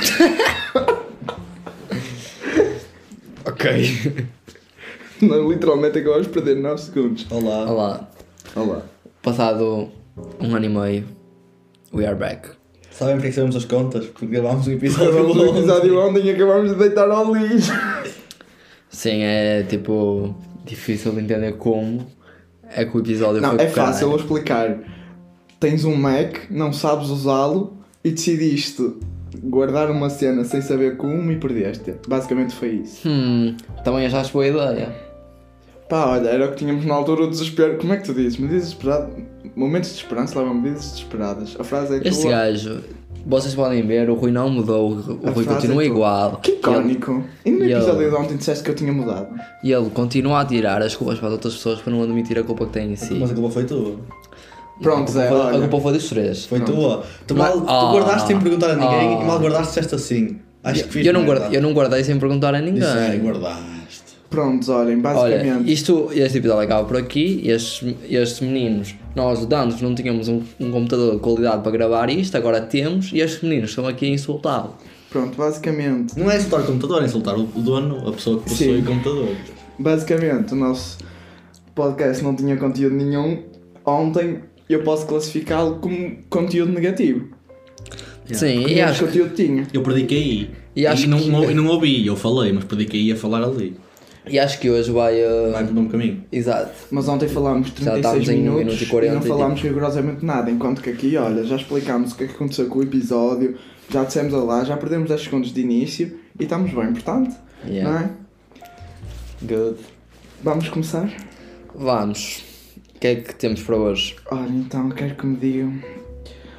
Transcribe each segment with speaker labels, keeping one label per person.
Speaker 1: Ok.
Speaker 2: Nós literalmente acabámos de perder 9 segundos. Olá.
Speaker 1: Olá.
Speaker 2: Olá.
Speaker 1: Passado um ano e meio, we are back.
Speaker 3: Sabem porque é que sabemos as contas? Porque gravámos um
Speaker 1: Tá
Speaker 3: episódio
Speaker 2: Acabamos o
Speaker 3: longo.
Speaker 2: episódio ontem e acabámos de deitar ao lixo.
Speaker 1: Sim, é tipo difícil de entender como é que o episódio
Speaker 2: Não,
Speaker 1: foi
Speaker 2: é
Speaker 1: pro caralho.
Speaker 2: fácil eu vou explicar. Tens um Mac, não sabes usá-lo e decidiste guardar uma cena sem saber como e perdeste. Basicamente foi isso.
Speaker 1: Hum, também achaste boa ideia.
Speaker 2: Pá, olha, era o que tínhamos na altura o desespero. Como é que tu dizes? Medidas desesperadas. Momentos de esperança levam medidas desesperadas. A frase é
Speaker 1: Este
Speaker 2: tua.
Speaker 1: gajo, vocês podem ver, o Rui não mudou, o
Speaker 2: A
Speaker 1: Rui
Speaker 2: frase
Speaker 1: continua
Speaker 2: é tua.
Speaker 1: igual.
Speaker 2: Que icónico. E no
Speaker 1: e ele-
Speaker 2: episódio de ontem disseste que eu tinha mudado.
Speaker 1: E ele continua a tirar as culpas para as outras pessoas para não admitir a culpa que tem em si.
Speaker 3: Mas a culpa foi tua.
Speaker 2: Pronto,
Speaker 1: a,
Speaker 2: Zé,
Speaker 1: culpa, a
Speaker 2: olha.
Speaker 1: culpa foi dos três.
Speaker 3: Foi tua. Tu, mal,
Speaker 1: Ah.
Speaker 3: tu guardaste sem perguntar a ninguém
Speaker 1: Ah.
Speaker 3: e mal guardaste disseste assim. Acho que fiz
Speaker 1: eu, não
Speaker 3: merda.
Speaker 1: guardei, eu não guardei sem perguntar a ninguém.
Speaker 3: Disse, "Ai, guardaste.
Speaker 2: Pronto, olhem,
Speaker 1: Olha,
Speaker 2: basicamente.
Speaker 1: isto, este episódio acaba por aqui. Estes, estes meninos, nós antes não tínhamos um, um computador de qualidade para gravar isto, agora temos, e estes meninos estão aqui a insultá-lo.
Speaker 2: Pronto, basicamente.
Speaker 3: Não é insultar o computador, é insultar o o dono, a pessoa que possui
Speaker 2: Sim.
Speaker 3: o computador.
Speaker 2: Basicamente, o nosso podcast não tinha conteúdo nenhum. Ontem eu posso classificá-lo como conteúdo negativo.
Speaker 1: Sim,
Speaker 2: E
Speaker 1: e acho,
Speaker 2: conteúdo tinha.
Speaker 3: Eu perdi KI.
Speaker 1: E acho
Speaker 3: não,
Speaker 1: que-
Speaker 3: não- e não ouvi, eu falei, mas perdi KI a falar ali.
Speaker 1: e acho que hoje vai. uh,
Speaker 3: Vai pelo mesmo caminho.
Speaker 1: Exato.
Speaker 2: Mas ontem falámos
Speaker 1: estávamos
Speaker 2: 36
Speaker 1: em um
Speaker 2: minutos
Speaker 1: minuto e
Speaker 2: e,
Speaker 1: 40
Speaker 2: não
Speaker 1: e tipo-
Speaker 2: falámos rigorosamente nada. Enquanto que aqui, olha, já explicámos o que é que aconteceu com o episódio, já dissemos a lá, já perdemos 10 segundos de início e estamos bem, portanto,
Speaker 1: Yeah.
Speaker 2: não é?
Speaker 1: Good.
Speaker 2: Vamos começar?
Speaker 1: Vamos. O que é que temos para hoje?
Speaker 2: Olha, então, quero que me digam.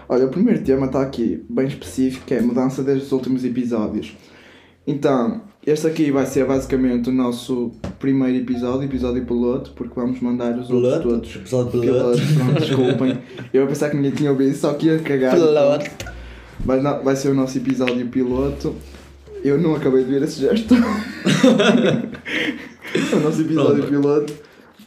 Speaker 2: Olha, o primeiro tema está aqui, bem específico, que é mudança desde os últimos episódios. Então, este aqui vai ser basicamente o nosso primeiro episódio, episódio piloto, porque vamos mandar os outros todos.
Speaker 3: Episódio
Speaker 2: Piloto,
Speaker 3: piloto.
Speaker 2: pronto, desculpem. Eu ia pensar que ninguém tinha ouvido, só que ia cagar. então.
Speaker 1: Piloto.
Speaker 2: Mas não, vai ser o nosso episódio piloto. Eu não acabei de ver esse gesto. é o nosso episódio
Speaker 3: Pronto.
Speaker 2: piloto.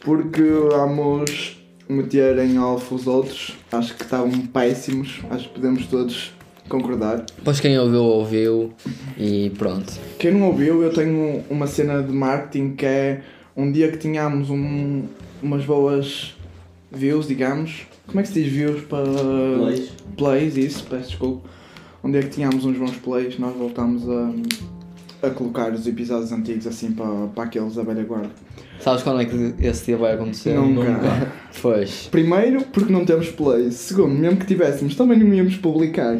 Speaker 2: Porque vamos meter em off os outros. Acho que estavam péssimos. Acho que podemos todos concordar.
Speaker 1: Pois quem ouviu, ouviu. E pronto.
Speaker 2: Quem não ouviu, eu tenho uma cena de marketing que é um dia que tínhamos um- umas boas views, digamos. Como é que se diz views para.
Speaker 3: Plays.
Speaker 2: Plays, isso, peço desculpa. Onde é que tínhamos uns bons plays, nós voltámos a, a colocar os episódios antigos assim para, para aqueles da velha guarda.
Speaker 1: Sabes quando é que esse dia vai acontecer?
Speaker 2: nunca.
Speaker 1: Pois.
Speaker 2: Primeiro, porque não temos plays. Segundo, mesmo que tivéssemos, também não íamos publicar.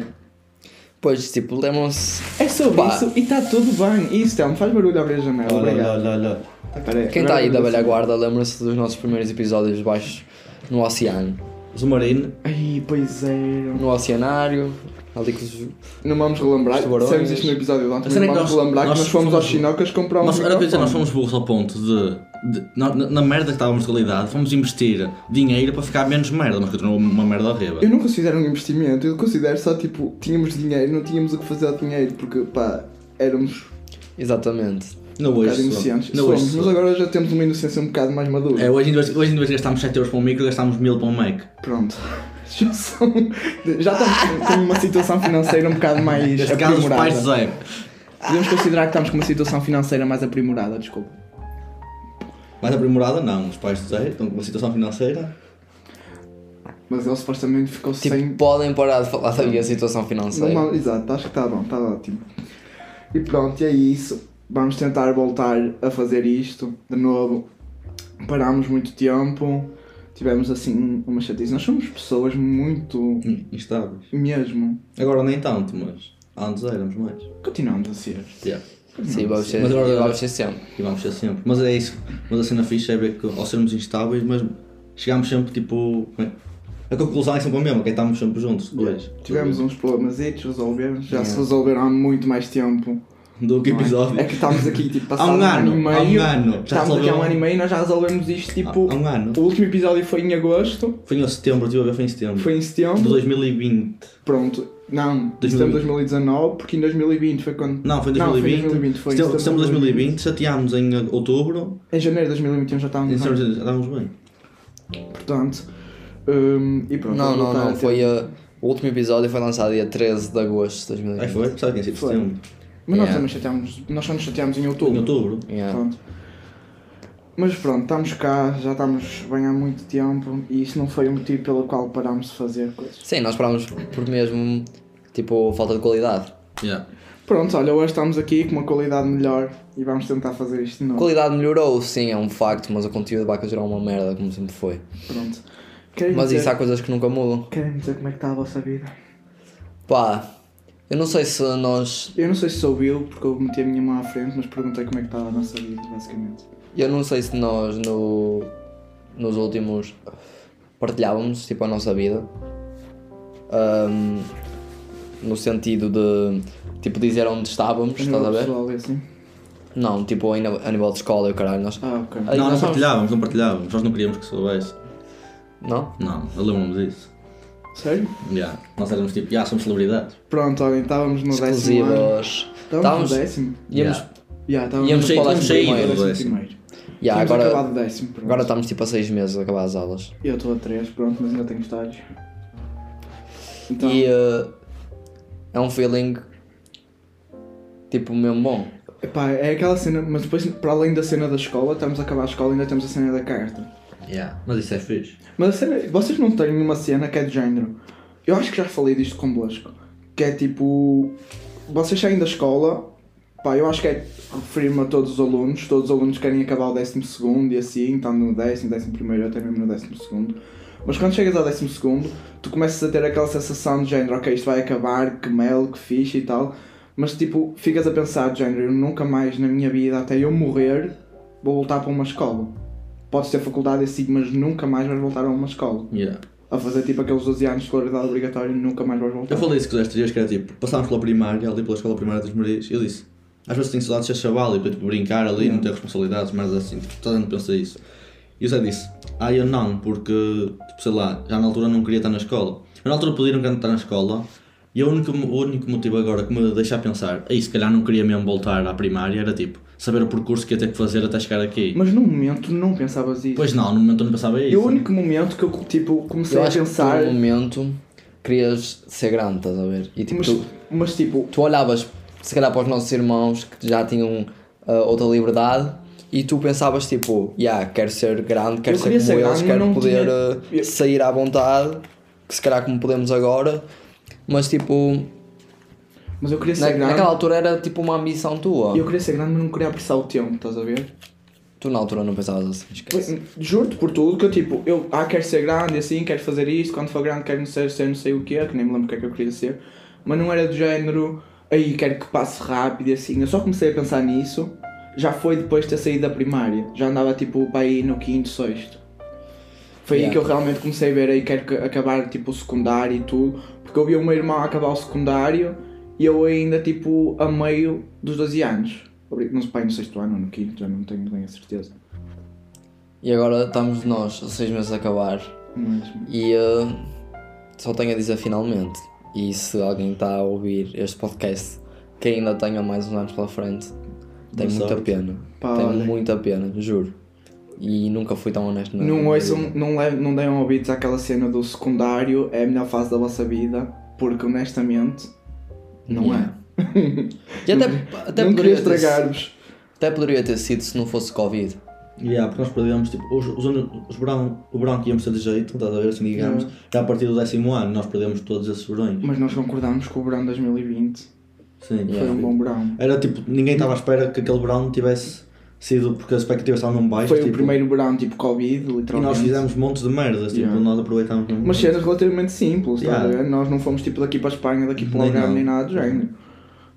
Speaker 1: Pois, tipo, lembram-se.
Speaker 2: É sobre
Speaker 1: Pá.
Speaker 2: isso e está tudo bem. Isso, Telmo, faz barulho abrir a janela.
Speaker 3: Olha, olha,
Speaker 2: Obrigado.
Speaker 3: olha, olha.
Speaker 2: Espera aí,
Speaker 1: Quem está aí da
Speaker 2: agora-
Speaker 1: velha guarda lembra-se dos nossos primeiros episódios baixos no oceano.
Speaker 3: Submarino.
Speaker 2: Ai, pois é.
Speaker 1: No oceanário, ali com os.
Speaker 2: Não vamos relembrar,
Speaker 1: Os tubarões.
Speaker 2: dissemos isto no episódio de ontem,
Speaker 3: A cena é
Speaker 2: não
Speaker 3: que
Speaker 2: vamos
Speaker 3: nós-
Speaker 2: relembrar
Speaker 3: nós
Speaker 2: que nós fomos aos
Speaker 3: fomos-
Speaker 2: Chinocas comprar um
Speaker 3: Nós, era para dizer, nós
Speaker 2: microfone.
Speaker 3: fomos burros ao ponto de. de- na, na- na merda que estávamos de qualidade, fomos investir dinheiro para ficar menos merda, mas continuou uma merda horrível.
Speaker 2: Eu não considero um investimento, eu considero só tipo, tínhamos dinheiro, não tínhamos o que fazer ao dinheiro, porque pá, éramos
Speaker 1: Exatamente.
Speaker 3: Não
Speaker 2: um
Speaker 3: hoje.
Speaker 2: bocado
Speaker 3: só.
Speaker 2: inocentes.
Speaker 3: Não
Speaker 2: Somos,
Speaker 3: hoje. só.
Speaker 2: mas agora já temos uma inocência um bocado mais madura.
Speaker 3: É, hoje, em vez, hoje em vez de gastarmos 7€ para um micro, gastámos 1000 para um Mac.
Speaker 2: Pronto. Já, são, já estamos com uma situação financeira um bocado mais
Speaker 3: Neste caso, os pais de
Speaker 2: aprimorada.
Speaker 3: Zé.
Speaker 2: Podemos considerar que estamos com uma situação financeira mais aprimorada, desculpa.
Speaker 3: Mais aprimorada, não. Os pais de Zé estão com uma situação financeira.
Speaker 2: Mas ele supostamente ficou
Speaker 1: Tipo,
Speaker 2: sem
Speaker 1: podem parar de falar da minha situação financeira.
Speaker 2: Normal, exato, acho que está bom, está ótimo. E pronto, e é isso. Vamos tentar voltar a fazer isto de novo. Parámos muito tempo, tivemos assim uma chatice. Nós somos pessoas muito.
Speaker 3: Hum, Instáveis.
Speaker 2: mesmo.
Speaker 3: Agora nem tanto, mas. Há anos éramos mais.
Speaker 2: Continuamos a ser.
Speaker 3: Yeah.
Speaker 1: Sim, vamos ser,
Speaker 3: Mas agora-
Speaker 1: vamos ser sempre.
Speaker 3: E vamos ser sempre. Mas é isso. Mas a cena fixe é ver que ao sermos instáveis, mas chegámos sempre tipo. como é? A conclusão é sempre a mesma, que é estamos sempre juntos depois.
Speaker 2: Tivemos uns problemas, resolvemos. Já se resolveram há muito mais tempo.
Speaker 3: Do que
Speaker 2: não é?
Speaker 3: episódio.
Speaker 2: É que estamos aqui tipo
Speaker 3: Há
Speaker 2: passado
Speaker 3: um ano.
Speaker 2: e
Speaker 3: Há
Speaker 2: meio.
Speaker 3: um ano. Já
Speaker 2: Estamos aqui há um ano e
Speaker 3: resolveu-
Speaker 2: meio e nós já resolvemos isto tipo.
Speaker 3: Há- há um ano.
Speaker 2: O último episódio foi em agosto,
Speaker 3: Foi em setembro, estive a ver, foi em setembro.
Speaker 2: foi em setembro.
Speaker 3: De 2020.
Speaker 2: Pronto, não, isto é
Speaker 3: 2020.
Speaker 2: 2019, porque em 2020 foi quando.
Speaker 3: Não, foi em
Speaker 2: Não, foi em
Speaker 3: 2020.
Speaker 2: 2020, foi em
Speaker 3: setembro,
Speaker 2: setembro
Speaker 3: setembro de
Speaker 2: de
Speaker 3: 2020, chateámos em eh, outubro.
Speaker 2: Em janeiro de 2021 já estávamos.
Speaker 3: Em setembro
Speaker 2: lá,
Speaker 3: já estávamos bem.
Speaker 2: Portanto. hum, e pronto,
Speaker 1: Não,
Speaker 2: vamos
Speaker 1: não, eh,
Speaker 2: voltar a
Speaker 1: não.
Speaker 2: ter- um-
Speaker 1: Foi uh, o último episódio foi lançado dia 13 de agosto de
Speaker 3: Aí
Speaker 1: 2020.
Speaker 3: foi, sabe quem é
Speaker 2: Foi.
Speaker 3: setembro?
Speaker 2: Mas nós
Speaker 1: Yeah.
Speaker 2: também chateámos, nós só nos chateámos em outubro.
Speaker 3: Em outubro.
Speaker 1: Yeah.
Speaker 2: Pronto. Mas pronto, estamos cá, já estamos bem há muito tempo e isso não foi o motivo pelo qual parámos de fazer coisas.
Speaker 1: Sim, nós parámos por mesmo, tipo, falta de qualidade.
Speaker 3: Yeah.
Speaker 2: Pronto, olha, hoje estamos aqui com uma qualidade melhor e vamos tentar fazer isto de
Speaker 1: A
Speaker 2: novo.
Speaker 1: qualidade melhorou, sim, é um facto, mas o conteúdo vai continuar uma merda, como sempre foi.
Speaker 2: Pronto. Querem
Speaker 1: Mas
Speaker 2: dizer,
Speaker 1: isso há coisas que nunca mudam.
Speaker 2: querem dizer como é que está a vossa vida?
Speaker 1: Pá, eu não sei se nós.
Speaker 2: Eu não sei se sou eu, porque eu meti a minha mão à frente, mas perguntei como é que estava a nossa vida, basicamente.
Speaker 1: Eu não sei se nós no, nos últimos partilhávamos tipo a nossa vida. Ahm, no sentido de tipo dizer onde estávamos, estás a ver?
Speaker 2: Pessoal, e assim.
Speaker 1: Não, tipo ainda a nível de escola e o caralho, nós.
Speaker 2: Ah, ok.
Speaker 1: Aí nós
Speaker 3: não, não
Speaker 1: somos-
Speaker 3: partilhávamos, não partilhávamos. Nós não queríamos que soubesse.
Speaker 1: Não?
Speaker 3: Não, eu lembro-me disso.
Speaker 2: Sério?
Speaker 3: Yeah. Nós éramos tipo, yeah, somos celebridades.
Speaker 2: Pronto, olhem, estávamos no décimo um ano.
Speaker 1: Exclusivas.
Speaker 2: Estávamos no décimo?
Speaker 1: Íamos.
Speaker 3: Yeah.
Speaker 2: Yeah, estávamos
Speaker 1: Íamos
Speaker 2: no
Speaker 1: sair-
Speaker 2: décimo
Speaker 1: íamos sair
Speaker 2: primeiro,
Speaker 3: do
Speaker 2: décimo
Speaker 3: décimo.
Speaker 2: primeiro.
Speaker 1: Yeah,
Speaker 2: Tínhamos
Speaker 1: agora,
Speaker 2: acabado décimo, pronto.
Speaker 1: agora estamos tipo a seis meses a acabar as aulas.
Speaker 2: Eu estou a 3, pronto, mas ainda tenho estágios. Então,
Speaker 1: E eh, é um feeling tipo mesmo bom.
Speaker 2: epá, é aquela cena, mas depois, para além da cena da escola, estamos a acabar a escola e ainda temos a cena da carta.
Speaker 3: Yeah. Mas isso é fixe.
Speaker 2: Mas a cena, vocês não têm nenhuma cena que é de género. Eu acho que já falei disto convosco. Que é tipo. Vocês saem da escola, pá, eu acho que é referir-me a todos os alunos. Todos os alunos querem acabar o 12 e assim, estando no 10, 11, até mesmo no 12. Mas quando chegas ao 12, tu começas a ter aquela sensação de género, ok, isto vai acabar, que mel, que fixe e tal. Mas tipo, ficas a pensar, de género, eu nunca mais na minha vida, até eu morrer, vou voltar para uma escola. Podes ter faculdade assim, mas nunca mais vais voltar a uma escola.
Speaker 3: Yeah.
Speaker 2: A fazer tipo aqueles 12 anos de escolaridade obrigatória e nunca mais vais voltar.
Speaker 3: Eu falei isso com os dias que era tipo, passámos pela primária, ali pela escola primária dos Marias, e eu disse, às vezes tenho saudades de ser chaval e poder tipo, brincar ali, não ter responsabilidades, mas assim, tipo, toda a gente pensa isso. E o Zé disse, ah, eu não, porque, tipo, sei lá, já na altura não queria estar na escola. Eu na altura pediram que eu não estar na escola, e o único, o único motivo agora que me deixa a pensar, aí se calhar não queria mesmo voltar à primária, era tipo, saber o percurso que ia ter que fazer até chegar aqui.
Speaker 2: Mas no momento não pensavas isso.
Speaker 3: Pois não, no momento eu não pensava
Speaker 2: E
Speaker 3: isso.
Speaker 2: o único momento que eu tipo comecei
Speaker 1: Eu
Speaker 2: a
Speaker 1: acho
Speaker 2: pensar.
Speaker 1: que tu, no momento querias ser grande, estás a ver? E tipo,
Speaker 2: mas,
Speaker 1: tu,
Speaker 2: mas tipo,
Speaker 1: tu olhavas se calhar para os nossos irmãos que já tinham ah, outra liberdade e tu pensavas tipo, yeah, quero ser grande, quero
Speaker 2: Eu
Speaker 1: ser
Speaker 2: queria
Speaker 1: como
Speaker 2: ser
Speaker 1: eles,
Speaker 2: grande, mas
Speaker 1: quero
Speaker 2: não
Speaker 1: poder
Speaker 2: tinha-
Speaker 1: ah, sair à vontade, que se calhar como podemos agora, mas tipo,
Speaker 2: mas eu queria ser
Speaker 1: na-
Speaker 2: grande.
Speaker 1: naquela altura era tipo uma ambição tua.
Speaker 2: Eu queria ser grande, mas não queria apressar o tempo, estás a ver?
Speaker 1: Tu na altura não pensavas assim, esquece.
Speaker 2: Juro-te por tudo que eu tipo, eu ah, quero ser grande assim, quero fazer isto, quando for grande quero ser, ser não sei o quê, que nem me lembro o que é que eu queria ser, mas não era do género, aí quero que passe rápido e assim, eu só comecei a pensar nisso, já foi depois de ter saído da primária, já andava tipo para aí no quinto, sexto. Foi aí
Speaker 1: Yeah.
Speaker 2: que eu realmente comecei a ver aí quero que- acabar tipo o secundário e tudo, porque eu vi o meu irmão acabar o secundário e eu ainda tipo a meio dos 12 anos. Não sei pai no sexto ano ou no quinto, já não tenho bem a certeza.
Speaker 1: E agora estamos nós, seis meses a acabar.
Speaker 2: Mas,
Speaker 1: E eh, só tenho a dizer finalmente. E se alguém está a ouvir este podcast que ainda tenha mais uns anos pela frente, tem
Speaker 3: Boa
Speaker 1: muita
Speaker 3: sorte.
Speaker 1: pena.
Speaker 2: Pá,
Speaker 1: tem
Speaker 2: olha.
Speaker 1: muita pena, juro. E nunca fui tão honesto na
Speaker 2: Não
Speaker 1: minha
Speaker 2: ouçam,
Speaker 1: vida.
Speaker 2: não, leve, não deem ouvidos àquela cena do secundário, é a melhor fase da vossa vida, porque honestamente não
Speaker 1: Yeah. E até,
Speaker 2: é.
Speaker 1: até,
Speaker 2: Não queria
Speaker 1: poderia ter, sido-
Speaker 2: estragar-vos.
Speaker 1: até poderia ter sido se não fosse Covid.
Speaker 3: Yeah, porque nós perdemos, tipo, os, os, anos- os verão, o verão que íamos ter de jeito, estás a ver, assim, digamos, já a partir do décimo ano, nós perdemos todos esses verões.
Speaker 2: Mas nós concordámos com o verão de 2020.
Speaker 3: Sim,
Speaker 1: Yeah.
Speaker 2: Foi um bom verão.
Speaker 3: Era tipo, ninguém estava à espera que aquele verão tivesse sido, porque as expectativas estavam mesmo baixas,
Speaker 2: Foi
Speaker 3: tipo,
Speaker 2: o primeiro verão tipo Covid,
Speaker 3: e nós
Speaker 2: literalmente.
Speaker 3: fizemos montes de merdas, tipo,
Speaker 2: Yeah.
Speaker 3: nós aproveitámos mesmo.
Speaker 2: Mas cenas relativamente simples, tá
Speaker 3: Yeah.
Speaker 2: a ver? Nós não fomos tipo daqui para a Espanha, daqui para o
Speaker 3: Nem
Speaker 2: Algarve,
Speaker 3: não.
Speaker 2: nem nada do género.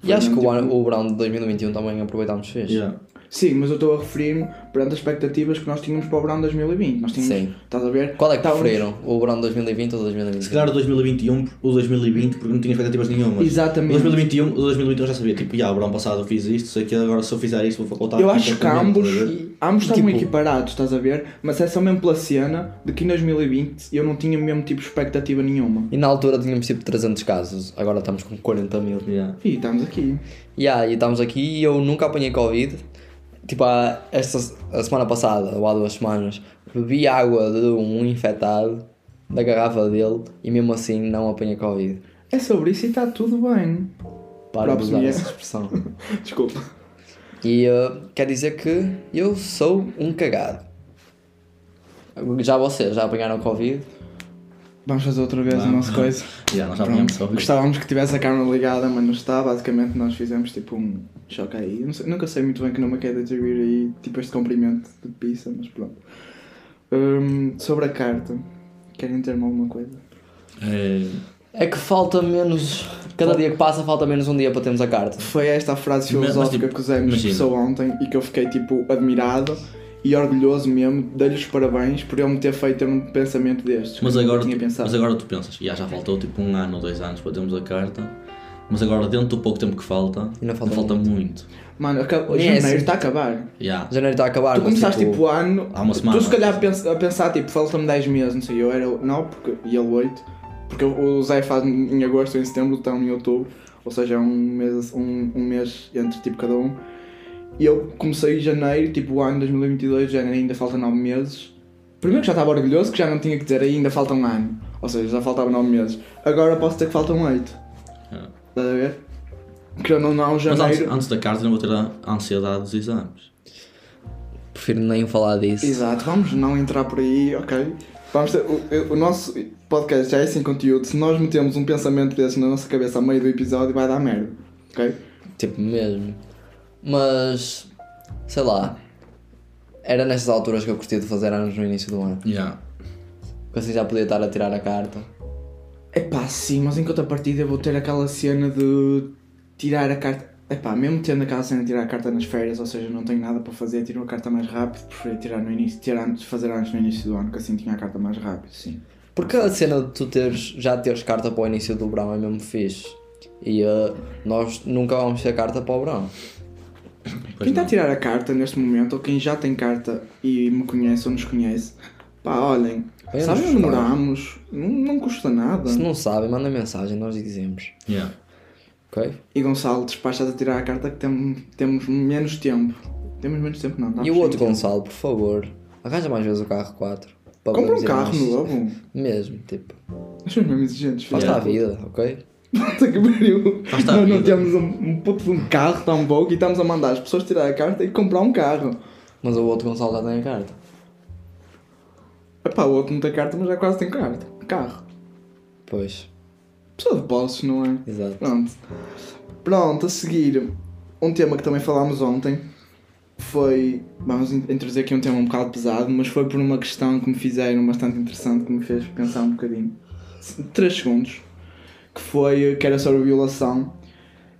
Speaker 1: E acho que
Speaker 2: Foi
Speaker 1: o,
Speaker 2: mesmo,
Speaker 1: ano- o verão de 2021 também aproveitámos fez.
Speaker 3: Yeah.
Speaker 2: tipo- Sim, mas eu estou a referir-me perante as expectativas que nós tínhamos para o verão de 2020. Nós tínhamos,
Speaker 1: Sim.
Speaker 2: estás a ver? Tá um
Speaker 1: Qual é que
Speaker 2: Estávamos-
Speaker 1: preferiram? O verão de 2020 ou
Speaker 3: Tá um Se
Speaker 1: 2021?
Speaker 3: calhar o 2021, o 2020, porque não tinha expectativas nenhuma. O
Speaker 2: Exatamente.
Speaker 3: 2021, o 2021 eu já sabia, tipo, já, o verão passado eu fiz isto, sei que agora se eu fizer isto vou facultar.
Speaker 2: Eu acho que ambos, ambos estavam
Speaker 1: Tipo-
Speaker 2: equiparados, estás a ver? Mas é só mesmo pela cena de que em 2020 eu não tinha mesmo tipo expectativa nenhuma.
Speaker 1: E na altura tínhamos tipo 300 casos, agora estamos com 40 mil.
Speaker 3: Yeah.
Speaker 2: E estamos aqui.
Speaker 1: Yeah, e estamos aqui e eu nunca apanhei Covid. Tipo, há esta a semana passada, ou há duas semanas, bebi água de um infectado, da garrafa dele, e mesmo assim não apanhei Covid.
Speaker 2: É sobre isso e está tudo bem.
Speaker 1: Para de
Speaker 2: Próximo
Speaker 1: usar
Speaker 2: é.
Speaker 1: essa expressão.
Speaker 2: Desculpa.
Speaker 1: E uh, quer dizer que eu sou um cagado. Já vocês, já apanharam Covid?
Speaker 2: Vamos fazer outra vez a
Speaker 3: Não.
Speaker 2: nossa coisa.
Speaker 3: Yeah, nós já
Speaker 2: Pronto.
Speaker 3: apanhámos Covid.
Speaker 2: Gostávamos que tivesse a câmera ligada, mas não está. Basicamente, nós fizemos tipo um choque aí. Eu não sei- nunca sei muito bem que nome é que é de atribuir aí, tipo este comprimento de pizza, mas pronto. Hum, sobre a carta, querem ter-me alguma coisa?
Speaker 3: É,
Speaker 1: É que falta menos. Cada dia que passa, falta menos um dia para termos a carta.
Speaker 2: Foi esta a frase
Speaker 3: Mas- mas,
Speaker 2: filosófica
Speaker 3: tipo,
Speaker 2: que o Zé me
Speaker 3: imagina.
Speaker 2: expressou ontem e que eu fiquei tipo admirado e orgulhoso mesmo. Dei-lhe os parabéns por ele me ter feito ter um pensamento destes.
Speaker 3: Mas
Speaker 2: que eu
Speaker 3: agora,
Speaker 2: não tinha
Speaker 3: tu,
Speaker 2: pensado.
Speaker 3: mas agora tu pensas, "Ya, já faltou tipo um ano ou dois anos para termos a carta, mas agora dentro do pouco tempo que falta,
Speaker 1: E não falta
Speaker 3: muito.
Speaker 2: Mano, acabou,
Speaker 1: Nem é
Speaker 2: janeiro
Speaker 1: assim.
Speaker 2: está a acabar.
Speaker 3: Ya.
Speaker 1: Janeiro está a acabar.
Speaker 2: Tu
Speaker 1: mas,
Speaker 2: começaste tipo o ano,
Speaker 3: há uma semana.
Speaker 2: tu se calhar pens- a pensar tipo, falta-me 10 meses, não sei, eu era 9 porque, e ele 8, porque o Zé faz em agosto ou em setembro, então em outubro, ou seja, é um mês, um, um mês entre tipo cada um. E eu comecei em janeiro, tipo o ano 2022, já ainda falta 9 meses. Primeiro que já estava orgulhoso, que já não tinha que dizer ainda falta um ano, ou seja, já faltava 9 meses. Agora posso dizer que faltam 8,
Speaker 3: Ya.
Speaker 2: estás a ver? Que eu não, não,
Speaker 3: Mas um antes,
Speaker 2: janeiro.
Speaker 3: antes da carta não vou ter a ansiedade dos exames.
Speaker 1: Prefiro nem falar disso.
Speaker 2: Exato, vamos não entrar por aí, ok? Vamos ter, o, o nosso podcast já é sem conteúdo. Se nós metemos um pensamento desse na nossa cabeça a meio do episódio, vai dar merda, ok?
Speaker 1: Tipo, mesmo. Mas. Sei lá. Era nestas alturas que eu curtia de fazer anos no início do ano.
Speaker 3: Ya.
Speaker 1: Porque assim já podia estar a tirar a carta.
Speaker 2: É pá, sim, mas em contrapartida eu vou ter aquela cena de tirar a carta. É pá, mesmo tendo aquela cena de tirar a carta nas férias, ou seja, não tenho nada para fazer, tiro a carta mais rápido, prefiro tirar no início, tirar, antes- fazer antes no início do ano, que assim tinha a carta mais rápido, sim.
Speaker 1: Porque a cena de tu teres, já teres carta para o início do verão é mesmo fixe. E eh, nós nunca vamos ter carta para o verão.
Speaker 3: Pois
Speaker 2: quem está
Speaker 3: não.
Speaker 2: a tirar a carta neste momento, ou quem já tem carta e me conhece ou nos conhece, pá, olhem,
Speaker 1: Eu
Speaker 2: sabem
Speaker 1: não
Speaker 2: onde
Speaker 1: sei.
Speaker 2: moramos? Não, não custa nada.
Speaker 1: Se não sabem, manda mensagem, nós dizemos.
Speaker 3: Ya.
Speaker 1: Ok?
Speaker 2: E Gonçalo, despachas a tirar a carta que tem- temos menos tempo. Temos menos tempo, não. estamos
Speaker 1: E o
Speaker 2: sem
Speaker 1: outro
Speaker 2: tempo.
Speaker 1: Gonçalo, por favor, arranja mais vezes o carro 4. para
Speaker 2: Compra um
Speaker 1: podermos ir
Speaker 2: carro
Speaker 1: mais-
Speaker 2: novo. é
Speaker 1: Mesmo, tipo.
Speaker 2: Nós somos mesmo exigentes.
Speaker 1: Faz-te
Speaker 2: filho.
Speaker 1: a vida, ok?
Speaker 2: Puta que pariu.
Speaker 3: Faz-te à
Speaker 2: Nós não
Speaker 3: vida.
Speaker 2: temos um, um puto de um carro tão pouco e estamos a mandar as pessoas tirar a carta e comprar um carro.
Speaker 1: Mas o outro Gonçalo já tem a carta.
Speaker 2: Epá, o outro não tem carta, mas já quase tem carta. Carro.
Speaker 1: Pois,
Speaker 2: Pessoa de posses, não é?
Speaker 1: exato.
Speaker 2: Pronto. Pronto, a seguir, um tema que também falámos ontem foi. Vamos in- introduzir aqui um tema um bocado pesado, mas foi por uma questão que me fizeram bastante interessante, que me fez pensar um bocadinho. 3 segundos. Que foi eh, que era sobre violação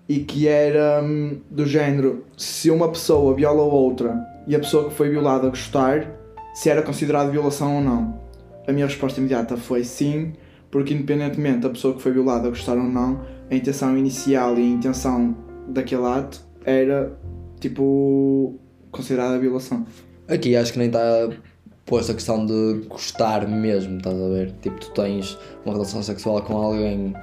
Speaker 2: e que era hum, do género: se uma pessoa viola outra e a pessoa que foi violada gostar, se era considerado violação ou não. A minha resposta imediata foi sim, porque independentemente da pessoa que foi violada gostar ou não, a intenção inicial e a intenção daquele ato era tipo considerada violação.
Speaker 1: Aqui acho que nem está posto a questão de gostar mesmo, estás a ver? Tipo, tu tens uma relação sexual com alguém,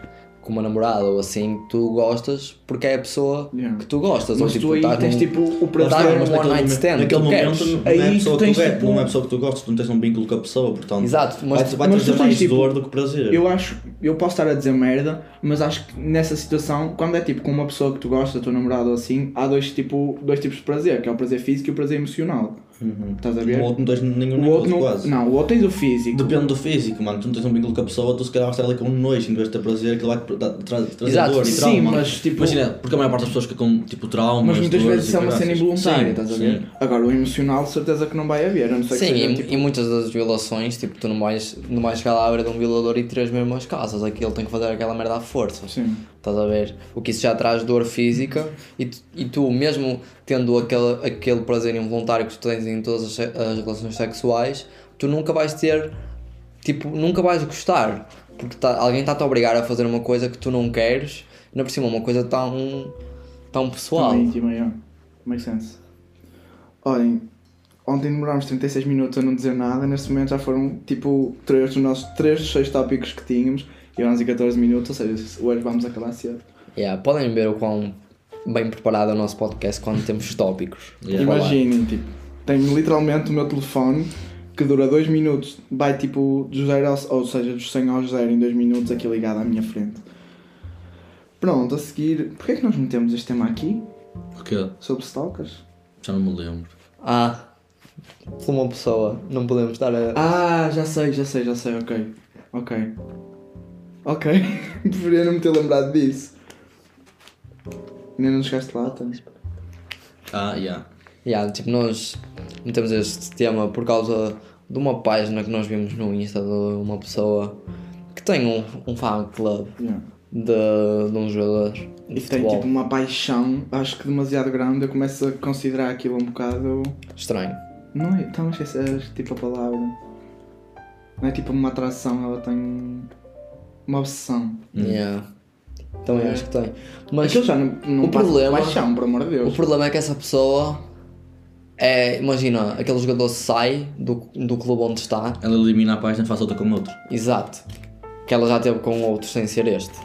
Speaker 1: com uma namorada ou assim, tu gostas porque é a pessoa
Speaker 2: Yeah.
Speaker 1: que tu gostas. ou
Speaker 2: Mas
Speaker 1: tipo,
Speaker 2: tu aí
Speaker 1: estás
Speaker 2: tens
Speaker 1: num-
Speaker 2: tipo o
Speaker 1: Tá,
Speaker 2: prazer.
Speaker 1: mas
Speaker 3: naquele
Speaker 1: one night
Speaker 3: momento-
Speaker 1: stand,
Speaker 3: naquele
Speaker 1: tu queres.
Speaker 3: momento não
Speaker 2: Aí
Speaker 3: é, a
Speaker 2: tu
Speaker 3: pessoa que tu
Speaker 2: tens,
Speaker 3: queres,
Speaker 2: tipo,
Speaker 3: não é a pessoa que tu gostas, tu não tens um vínculo com a pessoa, portanto
Speaker 1: Exato, mas-
Speaker 3: vai, vai
Speaker 2: mas tu
Speaker 3: trazer
Speaker 2: tens,
Speaker 3: mais
Speaker 2: tipo,
Speaker 3: dor do que prazer.
Speaker 2: Eu acho, eu posso estar a dizer merda, mas acho que nessa situação, quando é tipo com uma pessoa que tu gostas, a tua namorada ou assim, há dois, tipo, dois tipos de prazer, que é o prazer físico e o prazer emocional.
Speaker 3: Uhum.
Speaker 2: Estás a ver?
Speaker 3: O outro não tens nenhum
Speaker 2: O
Speaker 3: vínculo
Speaker 2: outro não,
Speaker 3: quase.
Speaker 2: não, o outro tens o físico.
Speaker 3: Depende do físico, mano. Tu não tens um vínculo com a pessoa, tu se calhar vais estar ali com um nojo em vez de ter prazer, aquilo vai te tra- tra- trazer
Speaker 1: Exato,
Speaker 3: dor e
Speaker 2: sim,
Speaker 3: trauma.
Speaker 2: mas, tipo-
Speaker 3: Imagina, porque a maior parte das pessoas fica com tipo traumas,
Speaker 2: Mas muitas
Speaker 3: dores
Speaker 2: vezes
Speaker 3: e
Speaker 2: isso é uma
Speaker 3: caraças.
Speaker 2: cena involuntária,
Speaker 3: Sim,
Speaker 2: estás a
Speaker 3: sim.
Speaker 2: ver? Agora, o emocional, de certeza que não vai haver, a não ser que
Speaker 1: Sim,
Speaker 2: seja,
Speaker 1: e,
Speaker 2: tipo,
Speaker 1: e muitas das violações, tipo, tu não vais, não vais chegar lá à beira de um violador e três mesmo as casas, aquilo tem que fazer aquela merda à força.
Speaker 2: Sim.
Speaker 1: Estás a ver? O que isso já traz dor física e tu, e tu mesmo tendo aquele, aquele prazer involuntário que tu tens em todas as, se- as relações sexuais, tu nunca vais ter, tipo, nunca vais gostar. Porque tá- alguém está-te a obrigar a fazer uma coisa que tu não queres, e não por cima, uma coisa tão, tão pessoal.
Speaker 2: Também, tipo, yeah. Make sense. Olhem, ontem demorámos 36 minutos a não dizer nada, neste momento já foram tipo 3 dos nossos 3 dos 6 tópicos que tínhamos e 11 e 14 minutos, ou seja, hoje vamos acabar cedo.
Speaker 1: Yeah, podem ver o quão bem preparado é o nosso podcast quando temos tópicos.
Speaker 3: Yeah.
Speaker 1: Vou falar.
Speaker 2: Imaginem, tipo, tenho literalmente o meu telefone que dura 2 minutos, vai tipo do zero ao, ou seja, dos 100 ao 0 em 2 minutos aqui ligado à minha frente. Pronto, a seguir. Porquê é que nós metemos este tema aqui?
Speaker 3: Porquê?
Speaker 2: Sobre stalkers?
Speaker 3: Já não me lembro.
Speaker 1: Ah, por uma pessoa, não podemos estar a.
Speaker 2: Ah, já sei, já sei, já sei, ok. Ok. Ok. Preferia não me ter lembrado disso. Ainda não chegaste lá, então.
Speaker 3: Ah, já. Yeah.
Speaker 1: Yeah, tipo, nós metemos este tema por causa de uma página que nós vimos no Insta de uma pessoa que tem um, um fan club
Speaker 2: Yeah.
Speaker 1: de, de um jogador
Speaker 2: E
Speaker 1: de
Speaker 2: tem
Speaker 1: futebol
Speaker 2: tipo uma paixão, acho que demasiado grande, eu começo a considerar aquilo um bocado.
Speaker 1: estranho.
Speaker 2: Não é? Estão a esquecer tipo a palavra. Não é tipo uma atração, ela tem uma obsessão.
Speaker 3: Hum.
Speaker 1: Yeah. Também
Speaker 2: É.
Speaker 1: acho que tem. Mas
Speaker 2: Aquilo já não, não
Speaker 1: o
Speaker 2: passa de
Speaker 1: problema-
Speaker 2: paixão, por amor de
Speaker 1: o
Speaker 2: Deus.
Speaker 1: problema é que essa pessoa é. Imagina, aquele jogador sai do, do clube onde está,
Speaker 3: Ela elimina a página, faz outra com outro.
Speaker 1: exato. Que ela já teve com outros sem ser este.